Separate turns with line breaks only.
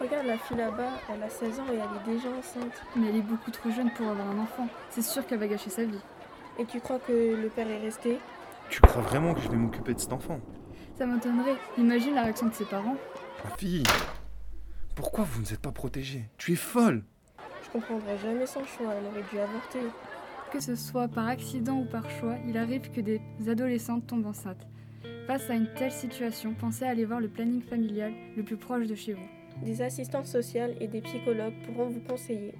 regarde la fille là-bas, elle a 16 ans et elle est déjà enceinte.
Mais elle est beaucoup trop jeune pour avoir un enfant. C'est sûr qu'elle va gâcher sa vie.
Et tu crois que le père est resté
Tu crois vraiment que je vais m'occuper de cet enfant
Ça m'étonnerait. Imagine la réaction de ses parents.
Ma fille Pourquoi vous ne vous êtes pas protégée Tu es folle
Je comprendrai jamais son choix, elle aurait dû avorter.
Que ce soit par accident ou par choix, il arrive que des adolescentes tombent enceintes. Face à une telle situation, pensez à aller voir le planning familial le plus proche de chez vous.
Des assistantes sociales et des psychologues pourront vous conseiller.